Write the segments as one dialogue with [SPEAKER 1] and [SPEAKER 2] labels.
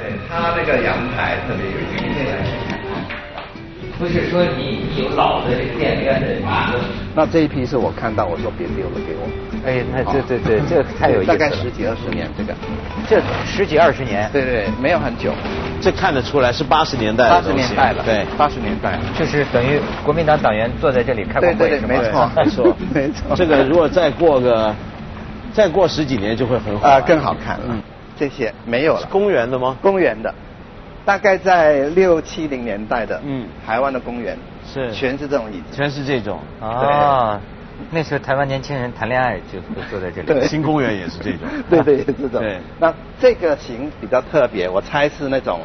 [SPEAKER 1] 个阳台特别有意思。
[SPEAKER 2] 不是说你你有老的这个电影院的理论，
[SPEAKER 3] 那这一批是我看到，我说别留了给我。啊
[SPEAKER 4] 哎，那这这这这太有意思
[SPEAKER 3] 大
[SPEAKER 4] 了。
[SPEAKER 3] 概十几二十年这个，
[SPEAKER 4] 这十几二十年，
[SPEAKER 3] 对对，没有很久，
[SPEAKER 5] 这看得出来是八十年代
[SPEAKER 3] 八
[SPEAKER 5] 的
[SPEAKER 3] 十
[SPEAKER 5] 东西啊
[SPEAKER 3] 年代了，
[SPEAKER 5] 对，
[SPEAKER 3] 八十年代了，
[SPEAKER 4] 就是等于国民党党员坐在这里开
[SPEAKER 3] 对
[SPEAKER 4] 过
[SPEAKER 3] 对对，
[SPEAKER 4] 会是吗
[SPEAKER 3] 没错
[SPEAKER 5] 没 错
[SPEAKER 3] 没错，
[SPEAKER 5] 这个如果再过个再过十几年就会很好
[SPEAKER 3] 啊更好看了，这些没有
[SPEAKER 5] 是
[SPEAKER 3] 了，
[SPEAKER 5] 公园的吗？
[SPEAKER 3] 公园的，大概在六七零年代的，
[SPEAKER 5] 嗯
[SPEAKER 3] 嗯，台湾的公园
[SPEAKER 5] 是
[SPEAKER 3] 全是这种椅子，
[SPEAKER 5] 全是这种，
[SPEAKER 4] 啊，那时候台湾年轻人谈恋爱就都坐在这里。
[SPEAKER 3] 对
[SPEAKER 5] 新公园也是这种
[SPEAKER 3] 。对对，是这种
[SPEAKER 5] 对。
[SPEAKER 3] 那这个型比较特别，我猜是那种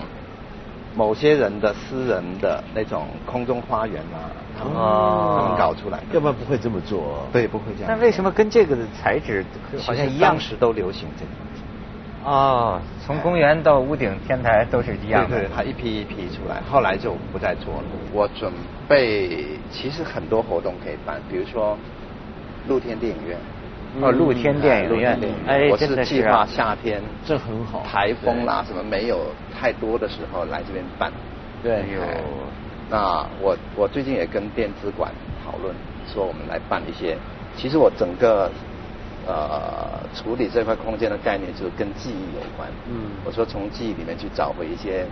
[SPEAKER 3] 某些人的私人的那种空中花园啊，他们
[SPEAKER 4] 哦
[SPEAKER 3] 他们搞出来的。
[SPEAKER 5] 啊要不然不会这么做。
[SPEAKER 3] 对，不会这样。
[SPEAKER 4] 但为什么跟这个的材质好像一样
[SPEAKER 3] 当？时都流行这种。
[SPEAKER 4] 哦，从公园到屋顶天台都是一样的。
[SPEAKER 3] 对对，它一批一批出来，后来就不再做了。我准备其实很多活动可以办，比如说露天电影院。
[SPEAKER 4] 哦，露天电影院
[SPEAKER 3] 嗯露天电影，
[SPEAKER 4] 哎，
[SPEAKER 3] 我
[SPEAKER 4] 真
[SPEAKER 3] 是
[SPEAKER 4] 的
[SPEAKER 3] 计
[SPEAKER 4] 是
[SPEAKER 3] 划
[SPEAKER 4] 啊。
[SPEAKER 3] 夏天，
[SPEAKER 5] 这很好
[SPEAKER 3] 台风啦什么没有太多的时候来这边办。
[SPEAKER 5] 对
[SPEAKER 3] 哎那我我最近也跟电子馆讨论，说我们来办一些。其实我整个呃处理这块空间的概念就是跟记忆有关。
[SPEAKER 5] 嗯
[SPEAKER 3] 我说从记忆里面去找回一些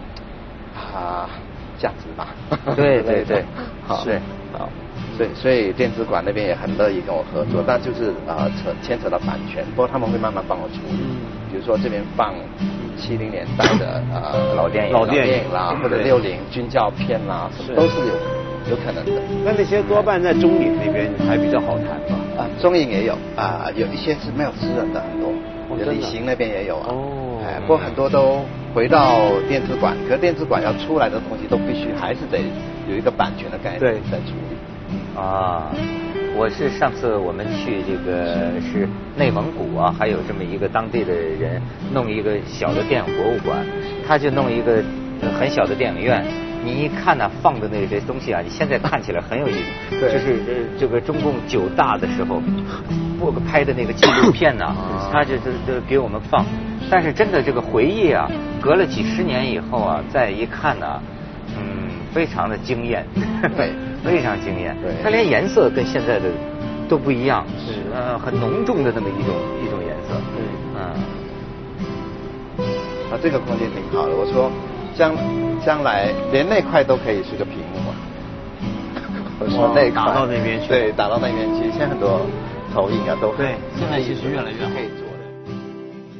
[SPEAKER 3] 啊价值吧。
[SPEAKER 4] 对对对
[SPEAKER 3] 好
[SPEAKER 4] 是
[SPEAKER 3] 好。所以，所以电子馆那边也很乐意跟我合作，但就是呃扯牵扯到版权，不过他们会慢慢帮我处理。比如说这边放七零年代的呃
[SPEAKER 4] 老电影
[SPEAKER 3] 老
[SPEAKER 5] 老电影
[SPEAKER 3] 电影啦，或者
[SPEAKER 5] 对
[SPEAKER 3] 六零军教片啦，什么
[SPEAKER 5] 是
[SPEAKER 3] 都是有有可能的。
[SPEAKER 5] 那那些多半在中影那边还比较好谈吧。
[SPEAKER 3] 啊，中影也有啊，有一些是没有私人的很多，
[SPEAKER 5] 真的
[SPEAKER 3] 有李行那边也有啊。
[SPEAKER 5] 哦
[SPEAKER 3] 哎，不过很多都回到电子馆，可是电子馆要出来的东西都必须还是得有一个版权的概念
[SPEAKER 5] 对
[SPEAKER 3] 在处理。
[SPEAKER 4] 啊，我是上次我们去这个是内蒙古啊，还有这么一个当地的人弄一个小的电影博物馆，他就弄一个呃很小的电影院。你一看呢、放的那些东西啊，你现在看起来很有意思，
[SPEAKER 3] 对
[SPEAKER 4] 就是呃这个中共九大的时候，我拍的那个纪录片呢、
[SPEAKER 3] 啊
[SPEAKER 4] 他就就就给我们放，但是真的这个回忆啊，隔了几十年以后啊，再一看呢、嗯，非常的惊艳，
[SPEAKER 3] 对
[SPEAKER 4] 非常惊艳，
[SPEAKER 3] 对
[SPEAKER 4] 它连颜色跟现在的都不一样，是呃很浓重的那么一种一种颜色，
[SPEAKER 3] 对
[SPEAKER 4] 嗯，
[SPEAKER 3] 啊，这个空间挺好的。我说将将来连那块都可以是个屏幕啊。 我说
[SPEAKER 5] 哇
[SPEAKER 3] 那块
[SPEAKER 5] 打到那边去
[SPEAKER 3] 对，打到那边去。现在很多投影啊都
[SPEAKER 5] 对
[SPEAKER 3] 现在其实越来越可以做的。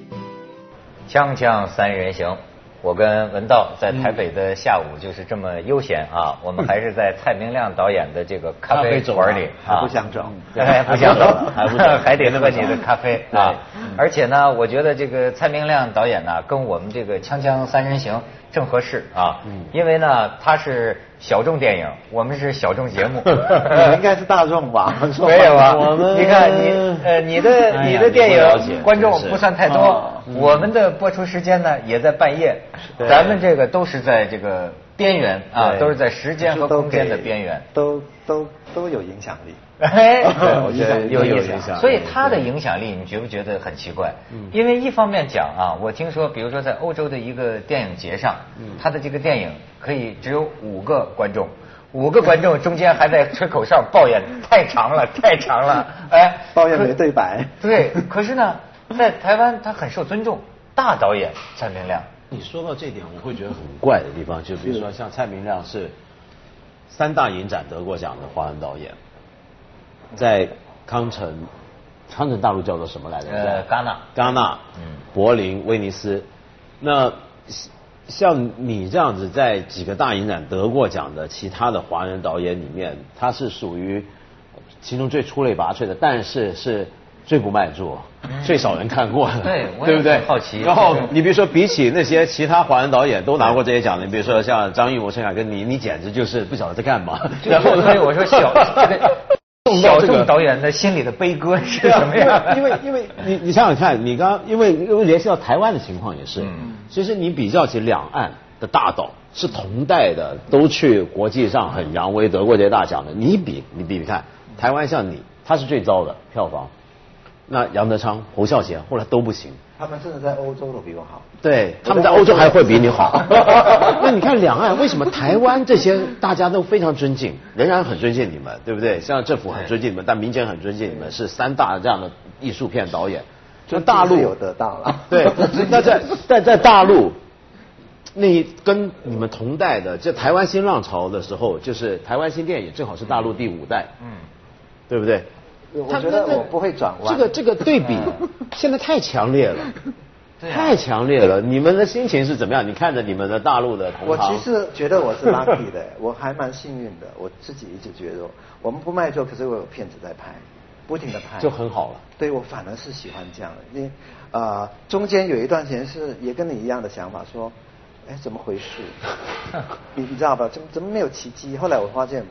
[SPEAKER 4] 锵锵三人行。我跟文道在台北的下午
[SPEAKER 5] 嗯
[SPEAKER 4] 就是这么悠闲啊，我们还是在蔡明亮导演的这个咖啡馆里啊，
[SPEAKER 5] 咖啡馆还不想走
[SPEAKER 4] 哎不想走了，
[SPEAKER 5] 还不 走嗯
[SPEAKER 4] 还得喝你的咖啡啊。而且呢，我觉得这个蔡明亮导演呢，跟我们这个《锵锵三人行》正合适啊，
[SPEAKER 5] 嗯
[SPEAKER 4] 因为呢他是小众电影，我们是小众节目，
[SPEAKER 5] 你们应该是大众 吧
[SPEAKER 4] 没有啊
[SPEAKER 5] 我，们
[SPEAKER 4] 你看你呃你的
[SPEAKER 5] 哎呀
[SPEAKER 4] 你的电
[SPEAKER 5] 你不了解
[SPEAKER 4] 影观众
[SPEAKER 5] 真是
[SPEAKER 4] 不算太
[SPEAKER 5] 哦
[SPEAKER 4] 多，我们的播出时间呢也在半夜，
[SPEAKER 5] 对
[SPEAKER 4] 咱们这个都是在这个边缘啊，
[SPEAKER 5] 对
[SPEAKER 4] 都是在时间和空间的边缘。
[SPEAKER 3] 都都都有影响力。
[SPEAKER 4] 哎，
[SPEAKER 5] 我觉得
[SPEAKER 4] 有意
[SPEAKER 5] 有影
[SPEAKER 4] 思，
[SPEAKER 5] 响嗯
[SPEAKER 4] 所以他的影响力，你觉不觉得很奇怪？因为一方面讲啊，我听说，比如说在欧洲的一个电影节上，
[SPEAKER 5] 嗯
[SPEAKER 4] 他的这个电影可以只有五个观众，五个观众中间还在吹口哨抱怨太长 了，太长了，哎，
[SPEAKER 3] 抱怨没对白
[SPEAKER 4] 可对，可是呢，在台湾他很受尊重，大导演蔡明亮，
[SPEAKER 5] 你说到这点，我会觉得很怪的地方，就比如说像蔡明亮是三大影展得过奖的华人导演，
[SPEAKER 4] 嗯
[SPEAKER 5] 在康城，康城大陆叫做什么来着？
[SPEAKER 4] 呃戛纳
[SPEAKER 5] 戛纳，
[SPEAKER 4] 嗯
[SPEAKER 5] 柏林、威尼斯。那像你这样子在几个大影展得过奖的其他的华人导演里面，他是属于其中最出类拔萃的，但是是最不卖座、最少人看过的，
[SPEAKER 4] 嗯 对我也
[SPEAKER 5] 对不对？
[SPEAKER 4] 很好奇
[SPEAKER 5] 然后
[SPEAKER 4] 对
[SPEAKER 5] 你比如说，比起那些其他华人导演都拿过这些奖的，你比如说像张艺谋、陈凯歌，你你简直就是不晓得在干 嘛。
[SPEAKER 4] 就是
[SPEAKER 5] 然后呢
[SPEAKER 4] 所以我说 小这
[SPEAKER 5] 啊
[SPEAKER 4] 个
[SPEAKER 5] 动到
[SPEAKER 4] 小
[SPEAKER 5] 这个
[SPEAKER 4] 众导演的心里的悲歌是
[SPEAKER 5] 对啊
[SPEAKER 4] 什么样？
[SPEAKER 5] 因为因为因为你你想想看，你刚因为因为联系到台湾的情况也是，
[SPEAKER 4] 嗯
[SPEAKER 5] 其实你比较起两岸的大岛是同代的，都去国际上很扬威得过这些大奖的，你比你比比看，台湾像你，它是最糟的票房，那杨德昌、侯孝贤后来都不行。
[SPEAKER 6] 他们真的在欧洲都比我好。
[SPEAKER 5] 对，他们在欧洲还会比你好。 那你看两岸为什么台湾这些大家都非常尊敬，仍然很尊敬你们，对不对？像政府很尊敬你们，但民间很尊敬你们，是三大这样的艺术片导演。那大陆
[SPEAKER 6] 尊敬是有得到了
[SPEAKER 5] 对，那在但在大陆，那跟你们同代的，这台湾新浪潮的时候，就是台湾新电影正好是大陆第五代，嗯，对不对？
[SPEAKER 6] 我
[SPEAKER 5] 他
[SPEAKER 6] 觉得
[SPEAKER 5] 那
[SPEAKER 6] 我不会转
[SPEAKER 5] 这
[SPEAKER 6] 弯
[SPEAKER 5] 个这个对 比现在太强烈了。
[SPEAKER 6] 啊
[SPEAKER 5] 太强烈了！你们的心情是怎么样？你看着你们的大陆的同
[SPEAKER 6] 我
[SPEAKER 5] 行
[SPEAKER 6] 其实觉得我是 lucky 的， 我还蛮幸运的。我自己一直觉得，我们不卖座，可是我有片子在拍，不停的拍，
[SPEAKER 5] 就很好了。
[SPEAKER 6] 对我反而是喜欢这样的，因为呃，中间有一段时间是也跟你一样的想法，说，哎，怎么 回事？你你知道吧？怎么怎么没有奇迹？后来我发现，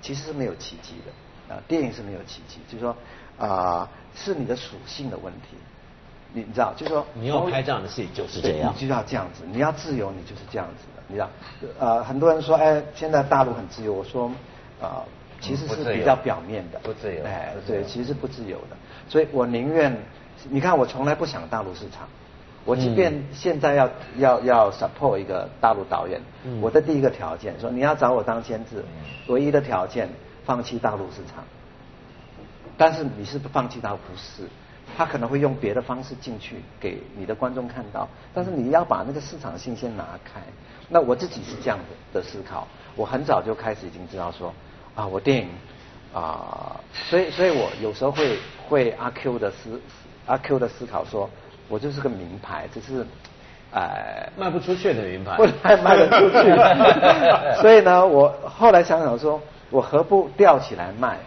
[SPEAKER 6] 其实是没有奇迹的啊、电影是没有奇迹，就是说啊、是你的属性的问题。你你知道，就是说
[SPEAKER 5] 你要拍这样的戏就是这样
[SPEAKER 6] 你就要这样子，你要自由，你就是这样子的，你知道？呃，很多人说，哎，现在大陆很自由，我说，啊、其实
[SPEAKER 3] 嗯不
[SPEAKER 6] 是
[SPEAKER 3] 自由
[SPEAKER 6] 比较表面的，
[SPEAKER 3] 不自由
[SPEAKER 6] 哎
[SPEAKER 3] 不，自由
[SPEAKER 6] 对，其实不自由的，所以我宁愿，你看我从来不想大陆市场，我
[SPEAKER 3] 嗯
[SPEAKER 6] 即便现在要、要要 support 一个大陆导演，
[SPEAKER 3] 嗯
[SPEAKER 6] 我的第一个条件说你要找我当监制，唯一的条件放弃大陆市场，但是你是不放弃他，不是，他可能会用别的方式进去给你的观众看到，但是你要把那个市场性先拿开。那我自己是这样的的思考，我很早就开始已经知道说，啊，我电影啊、所以所以我有时候会会阿 Q 的思阿 Q 的思考说，我就是个名牌，只是，哎、
[SPEAKER 5] 卖不出去的云盘
[SPEAKER 6] 不然卖得 出去。所以呢，我后来想想说，我何不吊起来卖？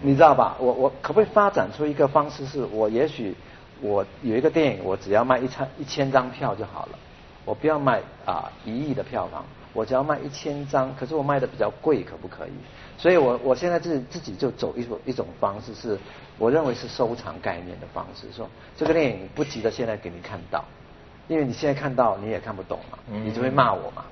[SPEAKER 6] 你知道吧？我我可不可以发展出一个方式，是我也许我有一个电影，我只要卖一千一千张票就好了，我不要卖啊一、亿的票房，我只要卖一千张，可是我卖的比较贵，可不可以？所以我我现在自己自己就走一种一种方式是，我认为是收藏概念的方式，说这个电影不急着现在给你看到，因为你现在看到你也看不懂嘛，你就会骂我嘛。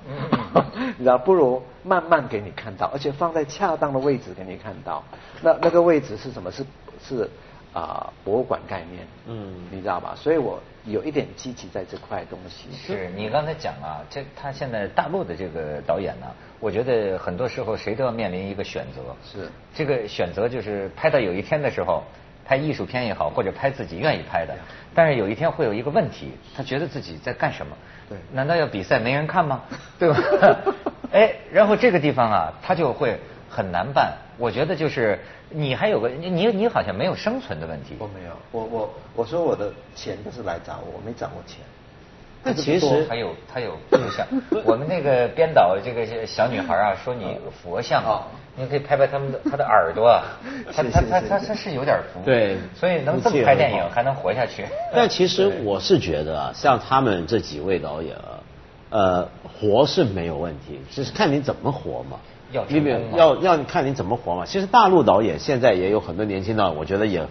[SPEAKER 6] 你知道，不如慢慢给你看到，而且放在恰当的位置给你看到。那那个位置是什么？是是啊、博物馆概念。
[SPEAKER 5] 嗯
[SPEAKER 6] 你知道吧？所以我有一点积极在这块东西。
[SPEAKER 4] 是你刚才讲啊，这他现在大陆的这个导演呢、我觉得很多时候谁都要面临一个选择。
[SPEAKER 6] 是
[SPEAKER 4] 这个选择就是拍到有一天的时候，拍艺术片也好，或者拍自己愿意拍的，但是有一天会有一个问题，他觉得自己在干什么？
[SPEAKER 6] 对
[SPEAKER 4] 难道要比赛没人看吗？对吧？ 哎，然后这个地方啊，他就会很难办。我觉得就是你还有个你你你好像没有生存的问题。
[SPEAKER 6] 我没有，我我我说我的钱就是来找我，我没掌握钱。
[SPEAKER 5] 那其
[SPEAKER 4] 多
[SPEAKER 5] 实嗯
[SPEAKER 4] 还有还有不像 我们那个编导这个小女孩啊，说你佛像
[SPEAKER 5] 哦
[SPEAKER 4] 啊，你可以拍拍他们的她的耳朵 啊，她
[SPEAKER 6] 是
[SPEAKER 4] 她
[SPEAKER 6] 是
[SPEAKER 4] 她
[SPEAKER 6] 是
[SPEAKER 4] 她她是有点福，
[SPEAKER 5] 对
[SPEAKER 4] 所以能这
[SPEAKER 5] 福气
[SPEAKER 4] 么拍
[SPEAKER 5] 很
[SPEAKER 4] 电
[SPEAKER 5] 好
[SPEAKER 4] 影还能活下去。
[SPEAKER 5] 但其实我是觉得啊，像他们这几位导演啊，呃，活是没有问题，只是看你怎么活嘛。
[SPEAKER 4] 要成
[SPEAKER 5] 你比
[SPEAKER 4] 功嘛
[SPEAKER 5] 要要看你怎么活嘛。其实大陆导演现在也有很多年轻导演，我觉得也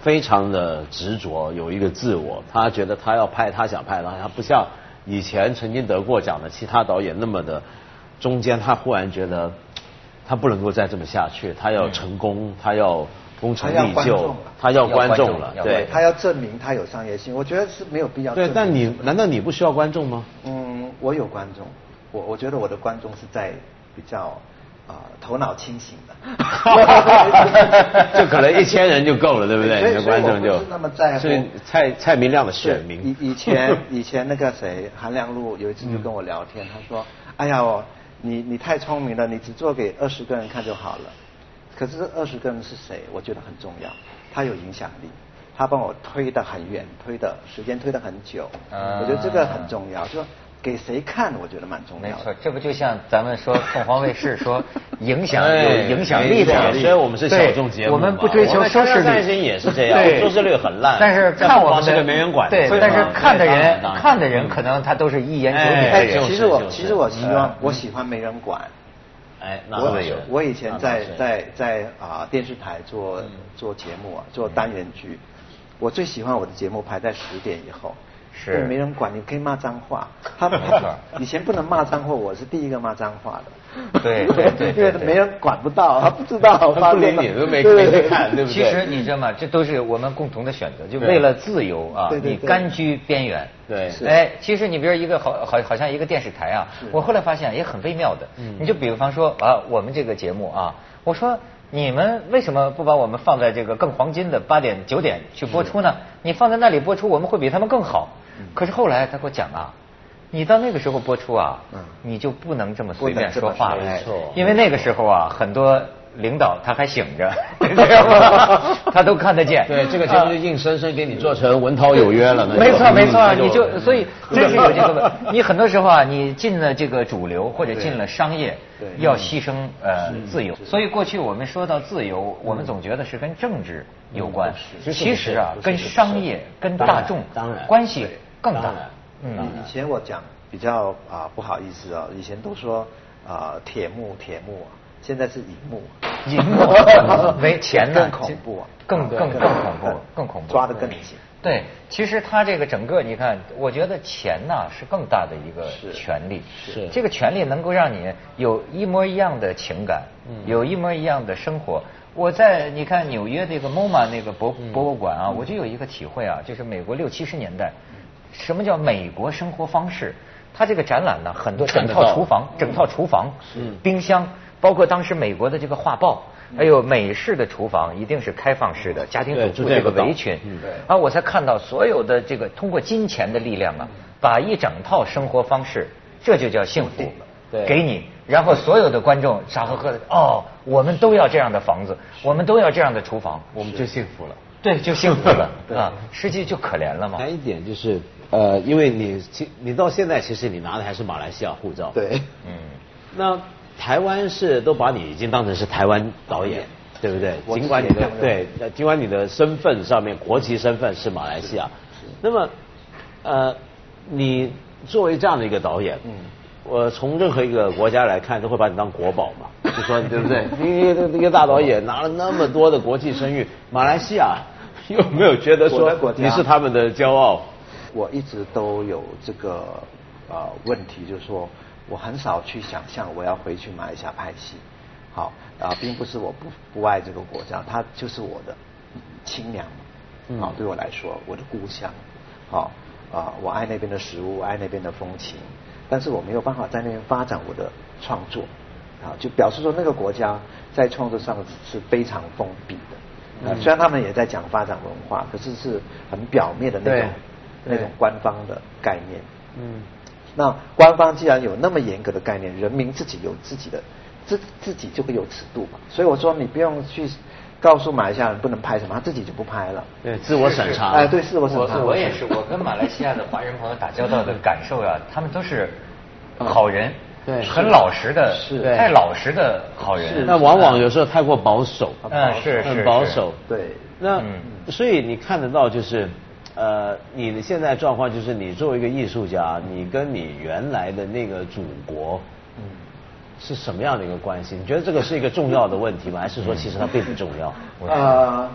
[SPEAKER 5] 非常的执着，有一个自我，他觉得他要拍他想拍的，他不像以前曾经得过奖的其他导演那么的中间，他忽然觉得他不能够再这么下去，他要成功，他要功成
[SPEAKER 6] 他要
[SPEAKER 5] 立
[SPEAKER 6] 观众
[SPEAKER 5] 就
[SPEAKER 6] 了，
[SPEAKER 5] 他要
[SPEAKER 4] 要
[SPEAKER 5] 观
[SPEAKER 4] 观
[SPEAKER 5] 众
[SPEAKER 4] 众
[SPEAKER 5] 了，
[SPEAKER 4] 要观
[SPEAKER 5] 对
[SPEAKER 4] 众。
[SPEAKER 6] 他要证明他有商业性，我觉得是没有必要证
[SPEAKER 5] 对
[SPEAKER 6] 明。，
[SPEAKER 5] 但你难道你不需要观众吗？，
[SPEAKER 6] 嗯，我有观众，我我觉得我的观众是在比较啊、头脑清醒的
[SPEAKER 5] 就可能一千人就够了，对不对？
[SPEAKER 6] 所以
[SPEAKER 5] 你的观众
[SPEAKER 6] 所以
[SPEAKER 5] 就
[SPEAKER 6] 我不是那么在乎
[SPEAKER 5] 所以蔡蔡明亮的选
[SPEAKER 6] 对
[SPEAKER 5] 民
[SPEAKER 6] 以以前以前那个谁韩良露有一次就跟我聊天，他 说：“哎呀、哦，你你太聪明了，你只做给二十个人看就好了。可是这二十个人是谁？我觉得很重要，他有影响力，他帮我推得很远，推的时间推得很久。
[SPEAKER 4] 啊
[SPEAKER 6] 我觉得这个很重要，就说给谁看，我觉得蛮 重
[SPEAKER 4] 没
[SPEAKER 6] 要
[SPEAKER 4] 错
[SPEAKER 6] 的。，
[SPEAKER 4] 这不就像咱们说凤凰卫视 说影响
[SPEAKER 5] 哎
[SPEAKER 4] 有影响力的
[SPEAKER 5] 没，错所以我们是小众节目
[SPEAKER 4] 对我
[SPEAKER 5] 嘛
[SPEAKER 4] 们不追求收视
[SPEAKER 5] 我们中央三
[SPEAKER 4] 率，
[SPEAKER 5] 星也是这样
[SPEAKER 4] 对
[SPEAKER 5] 收视率很烂
[SPEAKER 4] 但是看我们
[SPEAKER 5] 这
[SPEAKER 4] 的
[SPEAKER 5] 个没人管
[SPEAKER 4] 对
[SPEAKER 5] 对，
[SPEAKER 4] 但是
[SPEAKER 5] 吧
[SPEAKER 4] 看的
[SPEAKER 5] 当
[SPEAKER 4] 人
[SPEAKER 5] 然当然
[SPEAKER 4] 看的人可能他都是一言九鼎的
[SPEAKER 5] 哎
[SPEAKER 4] 人。
[SPEAKER 5] 就是
[SPEAKER 6] 其实我、
[SPEAKER 5] 就是
[SPEAKER 6] 其实我希望、我喜欢没人管。
[SPEAKER 5] 哎，那
[SPEAKER 6] 我
[SPEAKER 5] 倒是
[SPEAKER 6] 我以前
[SPEAKER 5] 那倒
[SPEAKER 6] 在
[SPEAKER 5] 是嗯
[SPEAKER 6] 在在啊、电视台做做节目啊，做单元剧，我最喜欢我的节目排在十点以后，
[SPEAKER 4] 是
[SPEAKER 6] 对没人管，你可以骂脏 话。他他以前不能骂脏话，我是第一个骂脏话的。
[SPEAKER 4] 对对对对
[SPEAKER 6] 因为没人管不到，他不知道，
[SPEAKER 5] 他不理
[SPEAKER 6] 发
[SPEAKER 5] 你
[SPEAKER 6] 现了
[SPEAKER 5] 都没
[SPEAKER 6] 对
[SPEAKER 5] 没看，对不
[SPEAKER 4] 其
[SPEAKER 5] 对？
[SPEAKER 4] 实你知道吗？这都是我们共同的选择，就
[SPEAKER 5] 对
[SPEAKER 4] 为了自由啊
[SPEAKER 6] 对，对
[SPEAKER 4] 你
[SPEAKER 6] 对
[SPEAKER 4] 甘居边缘。
[SPEAKER 5] 对是
[SPEAKER 4] 哎，其实你比如一个好好好像一个电视台啊，我后来发现也很微妙的。你就比方说啊，我们这个节目啊，我说你们为什么不把我们放在这个更黄金的八点九点去播出呢？你放在那里播出，我们会比他们更好。可是后来他给我讲啊。你到那个时候播出啊，你就不能这么随便
[SPEAKER 6] 不能这么
[SPEAKER 4] 说话了，哎
[SPEAKER 5] 没错
[SPEAKER 4] 因为那个时候啊，很多领导他还醒 着，你知道吗？他都看得见。
[SPEAKER 5] 对这个节目就硬生生给你做成文韬有约了。那就
[SPEAKER 4] 没错没错，啊
[SPEAKER 5] 嗯
[SPEAKER 4] 你就所以
[SPEAKER 5] 嗯
[SPEAKER 4] 这是有这个问，你很多时候啊，你进了这个主流或者进了商业，要牺牲呃自由。所以过去我们说到自由，我们总觉得是跟政治有关，
[SPEAKER 5] 嗯是是
[SPEAKER 4] 其实啊
[SPEAKER 5] 不，是
[SPEAKER 4] 跟
[SPEAKER 5] 不是
[SPEAKER 4] 商业跟
[SPEAKER 5] 当然
[SPEAKER 4] 大众
[SPEAKER 5] 当然
[SPEAKER 4] 关系更
[SPEAKER 5] 当
[SPEAKER 4] 大
[SPEAKER 5] 然。
[SPEAKER 4] 嗯，
[SPEAKER 6] 以前我讲比较啊、不好意思啊、以前都说啊、铁幕铁幕啊，现在是荧幕啊，
[SPEAKER 4] 银幕没钱呢，
[SPEAKER 6] 更恐怖啊
[SPEAKER 4] 更更更恐怖，更恐怖，
[SPEAKER 6] 抓得更紧。
[SPEAKER 4] 对，其实他这个整个，你看，我觉得钱呐、是更大的一个权利，
[SPEAKER 5] 是
[SPEAKER 4] 这个权利能够让你有一模一样的情感，
[SPEAKER 6] 嗯
[SPEAKER 4] 有一模一样的生活。我在你看纽约这个 MoMA 那个博
[SPEAKER 6] 嗯
[SPEAKER 4] 博物馆啊，我就有一个体会啊，就是美国六七十年代，什么叫美国生活方式？它这个展览呢，很多整
[SPEAKER 5] 看得
[SPEAKER 4] 套
[SPEAKER 5] 到嗯
[SPEAKER 4] 厨房，整套厨房，冰箱，包括当时美国的这个画报，还有美式的厨房一定是开放式的，家庭
[SPEAKER 5] 嗯对
[SPEAKER 4] 主
[SPEAKER 5] 就
[SPEAKER 4] 妇
[SPEAKER 5] 这
[SPEAKER 4] 这
[SPEAKER 5] 个
[SPEAKER 4] 个
[SPEAKER 5] 道
[SPEAKER 4] 围裙
[SPEAKER 5] 嗯，
[SPEAKER 4] 啊，我才看到所有的这个通过金钱的力量啊，
[SPEAKER 5] 嗯
[SPEAKER 4] 把一整套生活方式，这就叫幸福，
[SPEAKER 5] 对
[SPEAKER 4] 给你。然后所有的观众傻呵呵的，哦，我们都要这样的房子，我们都要这样的厨房，
[SPEAKER 5] 我们就幸福了。
[SPEAKER 4] 对，就幸福 了啊，实际就可怜了嘛
[SPEAKER 5] 还。一点就是，呃，因为你其你到现在其实你拿的还是马来西亚护照，，
[SPEAKER 6] 对，
[SPEAKER 4] 嗯，
[SPEAKER 5] 那台湾是都把你已经当成是台湾导演，对不对？
[SPEAKER 6] 我
[SPEAKER 5] 尽管你
[SPEAKER 6] 自己
[SPEAKER 5] 的
[SPEAKER 6] 也这样
[SPEAKER 5] 对，呃尽管你的身份上面国籍身份是马来西亚，那么呃，你作为这样的一个导演，嗯，我从任何一个国家来看都会把你当国宝嘛， 就说对不对？一个一个大导演拿了那么多的国际声誉，马来西亚 有没有觉得
[SPEAKER 6] 我
[SPEAKER 5] 说
[SPEAKER 6] 的国家
[SPEAKER 5] 你是他们的骄傲？
[SPEAKER 6] 我一直都有这个呃问题，就是说我很少去想象我要回去马来西亚拍戏。好啊、并不是我不不爱这个国家，它就是我的亲娘
[SPEAKER 5] 嗯
[SPEAKER 6] 嘛，啊、对我来说，我的故乡，好、啊、我爱那边的食物，爱那边的风情，但是我没有办法在那边发展我的创作，啊，就表示说那个国家在创作上是非常封闭的，
[SPEAKER 5] 嗯
[SPEAKER 6] 啊，虽然他们也在讲发展文化，可是是很表面的那
[SPEAKER 5] 对
[SPEAKER 6] 种那种官方的概念。
[SPEAKER 5] 嗯，
[SPEAKER 6] 那官方既然有那么严格的概念，人民自己有自己的，自自己就会有尺度嘛。所以我说你不用去告诉马来西亚人不能拍什么，他自己就不拍了。
[SPEAKER 5] 对，自我审查。
[SPEAKER 6] 哎，对，是我审
[SPEAKER 4] 啊我
[SPEAKER 6] 查。
[SPEAKER 4] 我也是，我跟马来西亚的华人朋友打交道的感受啊，他们都是好人，
[SPEAKER 5] 对
[SPEAKER 4] 很老实的，
[SPEAKER 6] 嗯是
[SPEAKER 5] 对
[SPEAKER 4] 太老实的好人。
[SPEAKER 5] 那往往有时候太过保守，
[SPEAKER 4] 嗯是是
[SPEAKER 5] 很保守。
[SPEAKER 6] 啊是对
[SPEAKER 5] 那
[SPEAKER 4] 嗯
[SPEAKER 5] 所以你看得到就是，呃，你的现在状况就是你作为一个艺术家，你跟你原来的那个祖国，嗯，是什么样的一个关系？你觉得这个是一个重要的问题吗？还是
[SPEAKER 6] 嗯
[SPEAKER 5] 说其实它并不重要？
[SPEAKER 4] 我是
[SPEAKER 6] 呃，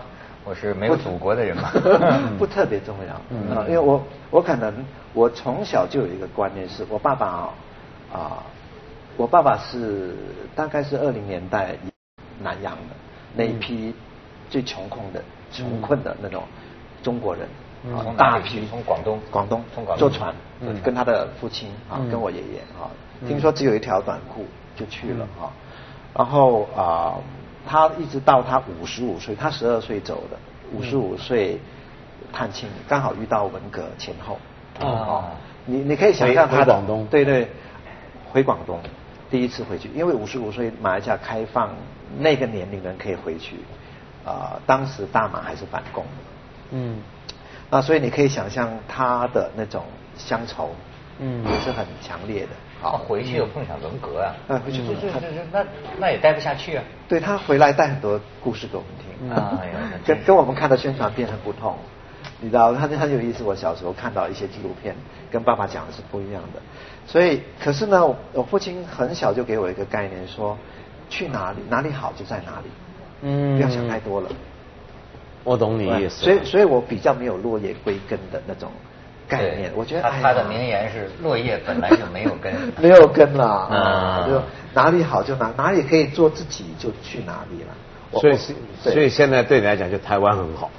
[SPEAKER 4] 我是没有祖国的人 嘛。
[SPEAKER 6] 不特别重要。嗯，因为我我可能我从小就有一个观念是，我爸爸啊、啊我爸爸是大概是二零年代南洋的那
[SPEAKER 4] 嗯
[SPEAKER 6] 一批最穷困的穷困的那种中国人，啊
[SPEAKER 4] 嗯从哪
[SPEAKER 6] 大
[SPEAKER 4] 里
[SPEAKER 6] 批
[SPEAKER 4] 从广东
[SPEAKER 6] 广东
[SPEAKER 4] 从广东嗯
[SPEAKER 6] 坐船，跟他的父亲啊，跟我爷爷啊，听说只有一条短裤就去了
[SPEAKER 5] 嗯
[SPEAKER 6] 啊，然后啊、他一直到他五十五岁，他十二岁走的，五十五岁探亲，刚好遇到文革前后。
[SPEAKER 4] 啊，
[SPEAKER 6] 你你可以想象
[SPEAKER 5] 嗯回
[SPEAKER 6] 他的
[SPEAKER 5] 回广东
[SPEAKER 6] 对对，回广东第一次回去，因为五十五岁马来西亚开放那个年龄人可以回去，啊、当时大马还是反共的，
[SPEAKER 5] 嗯，
[SPEAKER 6] 那所以你可以想象他的那种乡愁，
[SPEAKER 5] 嗯
[SPEAKER 6] 也是很强烈的。
[SPEAKER 4] 好，回去又碰上文革啊，
[SPEAKER 6] 嗯回去
[SPEAKER 4] 这
[SPEAKER 6] 碰
[SPEAKER 4] 这
[SPEAKER 6] 上
[SPEAKER 4] 这这那那也待不下去啊。
[SPEAKER 6] 对他回来带很多故事给我们听，
[SPEAKER 4] 哎呀那真
[SPEAKER 6] 跟
[SPEAKER 4] 是
[SPEAKER 6] 跟我们看的宣传片很不同。你知道，他很有意思。我小时候看到一些纪录片，跟爸爸讲的是不一样的。所以，可是呢，我我父亲很小就给我一个概念说，去哪
[SPEAKER 4] 嗯
[SPEAKER 6] 里哪里好就在哪里，
[SPEAKER 5] 嗯
[SPEAKER 6] 不要想太多了。
[SPEAKER 5] 我懂你意思。
[SPEAKER 6] 所以，所以我比较没有落叶归根的那种概念。我觉得
[SPEAKER 4] 他
[SPEAKER 6] 哎呀
[SPEAKER 4] 他的名言是“落叶本来就没有根
[SPEAKER 6] 没有根啦，
[SPEAKER 4] 啊
[SPEAKER 6] 就哪里好就哪哪里可以做自己就去哪里了。我
[SPEAKER 5] 所以
[SPEAKER 6] 我
[SPEAKER 5] 是
[SPEAKER 6] 对
[SPEAKER 5] 所以现在对你来讲，就台湾很好。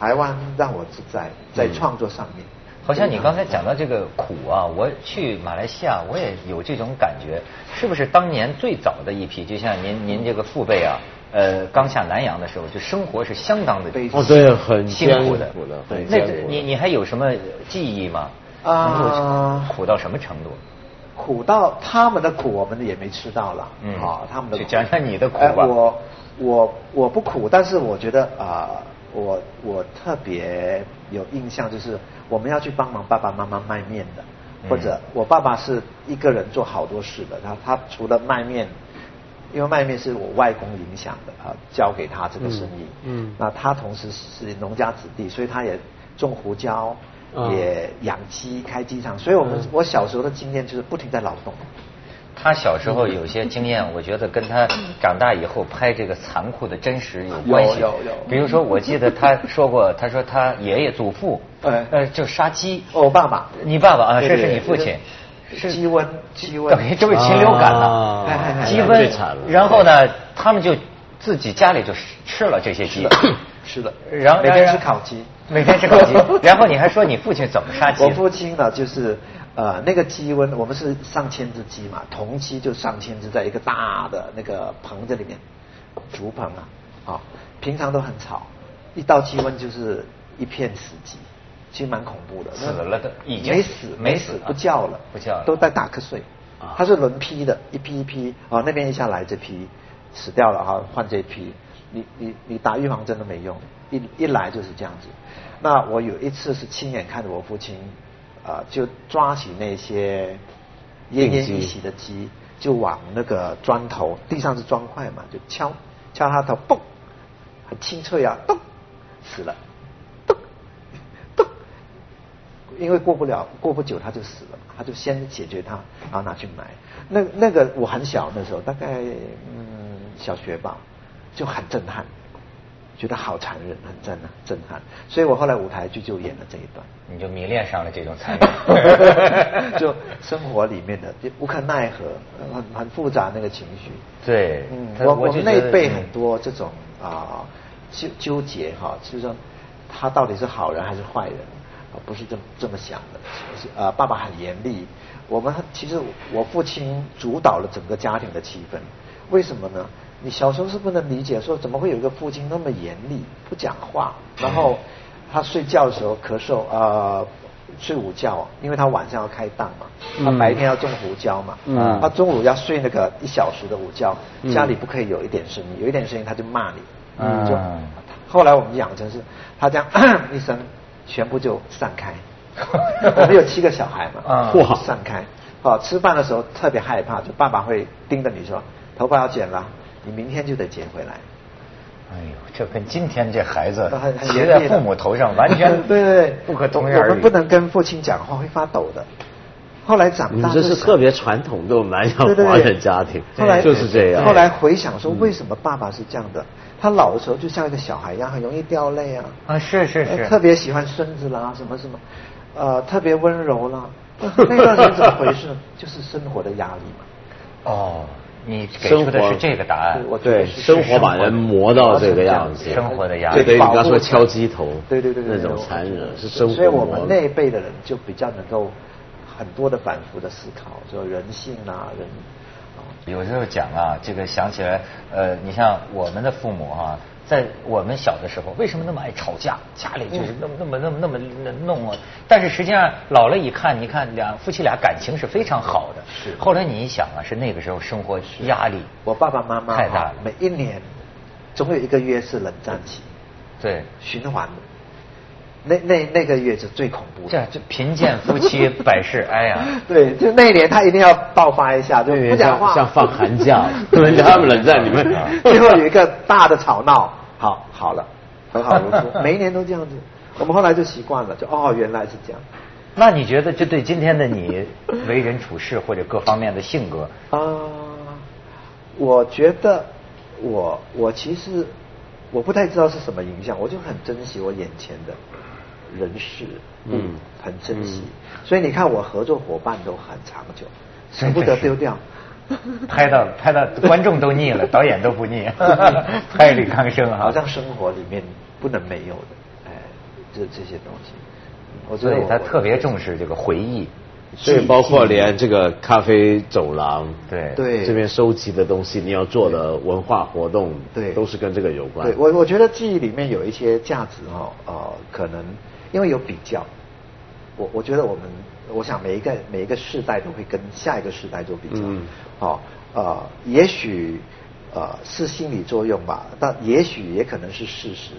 [SPEAKER 6] 台湾让我自在，在
[SPEAKER 4] 嗯
[SPEAKER 6] 创作上面。”。
[SPEAKER 4] 好像你刚才讲到这个苦啊，我去马来西亚我也有这种感觉，是不是当年最早的一批，就像您您这个父辈啊，呃，刚下南洋的时候，就生活是相当的
[SPEAKER 6] 非
[SPEAKER 5] 哦，对，很
[SPEAKER 4] 辛
[SPEAKER 5] 艰
[SPEAKER 4] 苦
[SPEAKER 5] 苦
[SPEAKER 4] 的
[SPEAKER 5] 的，很
[SPEAKER 4] 那
[SPEAKER 5] 艰苦的。
[SPEAKER 4] 你你还有什么记忆吗？
[SPEAKER 6] 啊
[SPEAKER 4] 苦到什么程度？
[SPEAKER 6] 苦到他们的苦，我们也没吃到了。
[SPEAKER 4] 嗯
[SPEAKER 6] 啊，他们的苦
[SPEAKER 4] 就讲讲你的苦吧
[SPEAKER 6] 哎我我我不苦，但是我觉得啊、我我特别有印象，就是我们要去帮忙爸爸妈妈卖面的，
[SPEAKER 4] 嗯
[SPEAKER 6] 或者我爸爸是一个人做好多事的，他他除了卖面。因为卖面是我外公影响的啊，交给他这个生意。
[SPEAKER 5] 嗯嗯
[SPEAKER 6] 那他同时是农家子弟，所以他也种胡椒，
[SPEAKER 5] 嗯
[SPEAKER 6] 也养鸡，呃开鸡场。所以我们、
[SPEAKER 5] 嗯
[SPEAKER 6] 我小时候的经验就是不停在劳动。
[SPEAKER 4] 他小时候有些经验，我觉得跟他长大以后拍这个残酷的真实有关系。
[SPEAKER 6] 有有有
[SPEAKER 4] 比如说，我记得他说过，他说他爷爷祖 父，
[SPEAKER 6] 哎
[SPEAKER 4] 呃，就杀鸡。
[SPEAKER 6] 我哦爸爸
[SPEAKER 4] 你爸爸啊，
[SPEAKER 6] 对
[SPEAKER 4] 这
[SPEAKER 6] 对
[SPEAKER 4] 是
[SPEAKER 6] 对
[SPEAKER 4] 你父亲。是
[SPEAKER 6] 鸡瘟鸡瘟
[SPEAKER 4] 等于都是禽流感
[SPEAKER 5] 啊
[SPEAKER 4] 了
[SPEAKER 6] 哎哎，哎
[SPEAKER 4] 鸡
[SPEAKER 5] 最
[SPEAKER 4] 瘟
[SPEAKER 5] 惨了。
[SPEAKER 4] 然后呢，他们就自己家里就吃了这些鸡。
[SPEAKER 6] 是的，
[SPEAKER 4] 然后
[SPEAKER 6] 每天吃烤鸡。
[SPEAKER 4] 每天吃烤鸡。然后你还说你父亲怎么杀鸡的？
[SPEAKER 6] 我父亲呢，就是呃那个鸡瘟，我们是上千只鸡嘛，同期就上千只，在一个大的那个棚子里面，竹棚啊，啊、平常都很吵，一到鸡瘟就是一片死鸡，其实蛮恐怖的。
[SPEAKER 4] 死了的已经
[SPEAKER 6] 没死，
[SPEAKER 4] 没
[SPEAKER 6] 没
[SPEAKER 4] 死
[SPEAKER 6] 死
[SPEAKER 4] 了，
[SPEAKER 6] 不叫了，
[SPEAKER 4] 不叫了
[SPEAKER 6] 都在打瞌睡
[SPEAKER 5] 啊。
[SPEAKER 6] 他是轮批的，一批一批啊、那边一下来这批死掉了哈，换这批。你你你打预防针都没用，一一来就是这样子。那我有一次是亲眼看着我父亲啊、就抓起那些奄
[SPEAKER 5] 病
[SPEAKER 6] 奄
[SPEAKER 5] 鸡
[SPEAKER 6] 一息的鸡，就往那个砖头，地上是砖块嘛，就敲敲他头，嘣，很清脆啊，咚，死了，咚，咚，因为过不了，过不久他就死了，他就先解决他，然后拿去埋。那那个我很小那时候，大概嗯小学吧，就很震撼，觉得好残忍，很震撼，震撼。所以我后来舞台剧就演了这一段。
[SPEAKER 4] 你就迷恋上了这种残忍。
[SPEAKER 6] 就生活里面的就无可奈何，很很复杂那个情绪。
[SPEAKER 4] 对
[SPEAKER 6] 嗯，
[SPEAKER 4] 他
[SPEAKER 6] 我
[SPEAKER 4] 我
[SPEAKER 6] 我
[SPEAKER 4] 就
[SPEAKER 6] 们
[SPEAKER 4] 觉
[SPEAKER 6] 内
[SPEAKER 4] 得
[SPEAKER 6] 备
[SPEAKER 4] 嗯
[SPEAKER 6] 很多这种啊纠纠结哈，就是说他到底是好人还是坏人，啊不是这么这么想的。是呃，爸爸很严厉，我们其实我父亲主导了整个家庭的气氛，为什么呢？你小时候是不能理解，说怎么会有一个父亲那么严厉，不讲话，然后他睡觉的时候咳嗽，呃，睡午觉，因为他晚上要开档嘛，他
[SPEAKER 5] 嗯
[SPEAKER 6] 白天要种胡椒嘛，
[SPEAKER 5] 嗯
[SPEAKER 6] 他中午要睡那个一小时的午觉，
[SPEAKER 5] 嗯
[SPEAKER 6] 家里不可以有一点声音，有一点声音他就骂你。
[SPEAKER 4] 嗯
[SPEAKER 6] 就后来我们养成是，他这样 一声，全部就散开。 我们有七个小孩嘛
[SPEAKER 4] 啊，
[SPEAKER 5] 哇
[SPEAKER 6] 散开。哦，吃饭的时候特别害怕，就爸爸会盯着你说，头发要剪了，你明天就得剪回来。
[SPEAKER 4] 哎呦，这跟今天这孩子
[SPEAKER 6] 呃很
[SPEAKER 4] 呃
[SPEAKER 6] 很
[SPEAKER 4] 骑
[SPEAKER 6] 严
[SPEAKER 4] 在
[SPEAKER 6] 厉的
[SPEAKER 4] 父母头上完全
[SPEAKER 6] 对对对，
[SPEAKER 4] 不可同日
[SPEAKER 6] 我
[SPEAKER 4] 而语。
[SPEAKER 6] 们不能跟父亲讲话，会发抖的。后来长
[SPEAKER 5] 你
[SPEAKER 6] 大
[SPEAKER 5] 们
[SPEAKER 6] 就
[SPEAKER 5] 这
[SPEAKER 6] 想，
[SPEAKER 5] 是特别传统的南洋
[SPEAKER 6] 对对对
[SPEAKER 5] 华人家庭，
[SPEAKER 6] 后来
[SPEAKER 5] 就是这样。嗯
[SPEAKER 6] 后来回想说，为什么爸爸是这样的？他老的时候就像一个小孩一样，很容易掉泪啊，
[SPEAKER 4] 啊，是是
[SPEAKER 6] 呃
[SPEAKER 4] 是，
[SPEAKER 6] 特别喜欢孙子啦，什么什么，呃，特别温柔啦。那段时间怎么回事？就是生活的压力嘛。
[SPEAKER 4] 哦，你给出的
[SPEAKER 5] 生活
[SPEAKER 4] 是这个答案
[SPEAKER 6] 对，。我觉
[SPEAKER 5] 对
[SPEAKER 6] 得是
[SPEAKER 5] 生活把人磨到这个样子，
[SPEAKER 4] 生活的压力
[SPEAKER 5] 就等于你刚
[SPEAKER 6] 保护
[SPEAKER 5] 说敲击头，
[SPEAKER 6] 对对对对，
[SPEAKER 5] 那种残忍是生活
[SPEAKER 6] 所以我
[SPEAKER 5] 磨
[SPEAKER 6] 们
[SPEAKER 5] 的
[SPEAKER 6] 那一辈的人就比较能够很多的反复的思考，说人性啊，人
[SPEAKER 4] 有时候讲啊，这个想起来，呃，你像我们的父母啊，在我们小的时候，为什么那么爱吵架？家里就是
[SPEAKER 6] 嗯
[SPEAKER 4] 那么那么那么那么那么弄啊。但是实际上老了一看，你看两夫妻俩感情是非常好的。
[SPEAKER 6] 是
[SPEAKER 4] 后来你一想啊，是那个时候生活压力，
[SPEAKER 6] 我爸爸妈妈
[SPEAKER 4] 太大了
[SPEAKER 6] 哈每一年总有一个月是冷战期。
[SPEAKER 4] 对，
[SPEAKER 6] 循环的。那那那个月是最恐怖
[SPEAKER 4] 这
[SPEAKER 6] 的。
[SPEAKER 4] 这贫贱夫妻百事哀啊。
[SPEAKER 6] 对，就那一年他一定要爆发一下，就不讲话，
[SPEAKER 5] 像像放寒 假，人家他们冷战，你们
[SPEAKER 6] 最后有一个大的吵闹，好，好了，和好如 初，每一年都这样子。我们后来就习惯了，就哦，原来是这样。
[SPEAKER 4] 那你觉得这对今天的 你为人处事或者各方面的性格，
[SPEAKER 6] 啊、我觉得我我其实我不太知道是什么影响，我就很珍惜我眼前的人事物
[SPEAKER 5] 嗯
[SPEAKER 6] 很珍惜，
[SPEAKER 4] 嗯
[SPEAKER 6] 所以你看我合作伙伴都很长 久，舍不得丢掉。
[SPEAKER 4] 拍到拍到观众都腻 了，导演都不腻，拍李康生啊，
[SPEAKER 6] 好像生活里面不能没有的，哎，这这些东西，我觉
[SPEAKER 4] 所
[SPEAKER 6] 得
[SPEAKER 4] 以
[SPEAKER 6] 我
[SPEAKER 4] 他特别重视这个回忆。
[SPEAKER 5] 所以包括连这个咖啡走廊，
[SPEAKER 4] 对
[SPEAKER 6] 对
[SPEAKER 5] 这边收集的东西，你要做的文化活动，
[SPEAKER 6] 对
[SPEAKER 5] 都是跟这个有关。
[SPEAKER 6] 对我，我觉得记忆里面有一些价值哈、哦，呃，可能因为有比较，我我觉得我们，我想每一个每一个世代都会跟下一个世代做比较，
[SPEAKER 5] 嗯
[SPEAKER 6] 好、呃，也许呃是心理作用吧，但也许也可能是事实，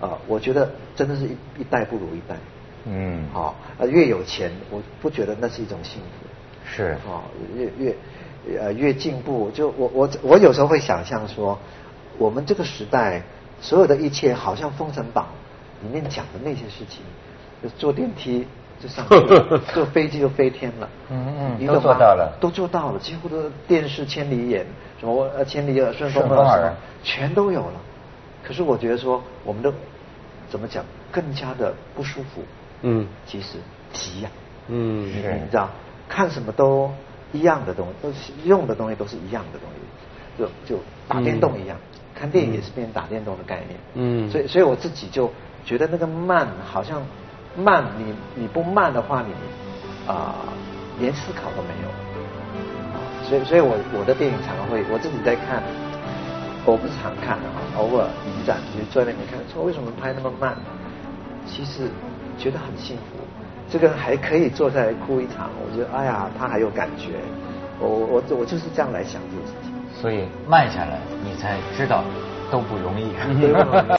[SPEAKER 6] 啊、我觉得真的是一一代不如一代，
[SPEAKER 4] 嗯
[SPEAKER 6] 好、呃，越有钱，我不觉得那是一种幸福，
[SPEAKER 4] 是
[SPEAKER 6] 哦，越越呃越进步，就我我我有时候会想象说，我们这个时代所有的一切，好像《封神榜》里面讲的那些事情，就坐电梯就上去 了，坐飞机就飞天了，
[SPEAKER 4] 嗯嗯
[SPEAKER 6] 你
[SPEAKER 4] 都
[SPEAKER 6] 懂
[SPEAKER 4] 做
[SPEAKER 6] 吗
[SPEAKER 4] 到了
[SPEAKER 6] 都做到了，几乎都是电视千里眼，什么呃千里耳、顺风
[SPEAKER 4] 顺风
[SPEAKER 6] 耳，什
[SPEAKER 4] 耳
[SPEAKER 6] 么全都有了。可是我觉得说，我们的怎么讲，更加的不舒服，
[SPEAKER 5] 嗯
[SPEAKER 6] 其实急呀、
[SPEAKER 5] 嗯
[SPEAKER 6] 你
[SPEAKER 4] 是
[SPEAKER 6] 知道，看什么都一样的东西，都是用的东西都是一样的东西，就就打电动一样，看电影也是变打电动的概念。
[SPEAKER 5] 嗯
[SPEAKER 6] 所以所以我自己就觉得那个慢，好像慢，你你不慢的话，你啊、连思考都没有。啊所以所以我我的电影常常会我自己在看，我不是常看的啊，偶尔影展就坐在那边看，说为什么拍那么慢？其实觉得很幸福，这个人还可以坐下来哭一场，我觉得哎呀，他还有感觉，我我我我就是这样来想这个事情。
[SPEAKER 4] 所以慢下来，你才知道都不容易。
[SPEAKER 6] 对不容易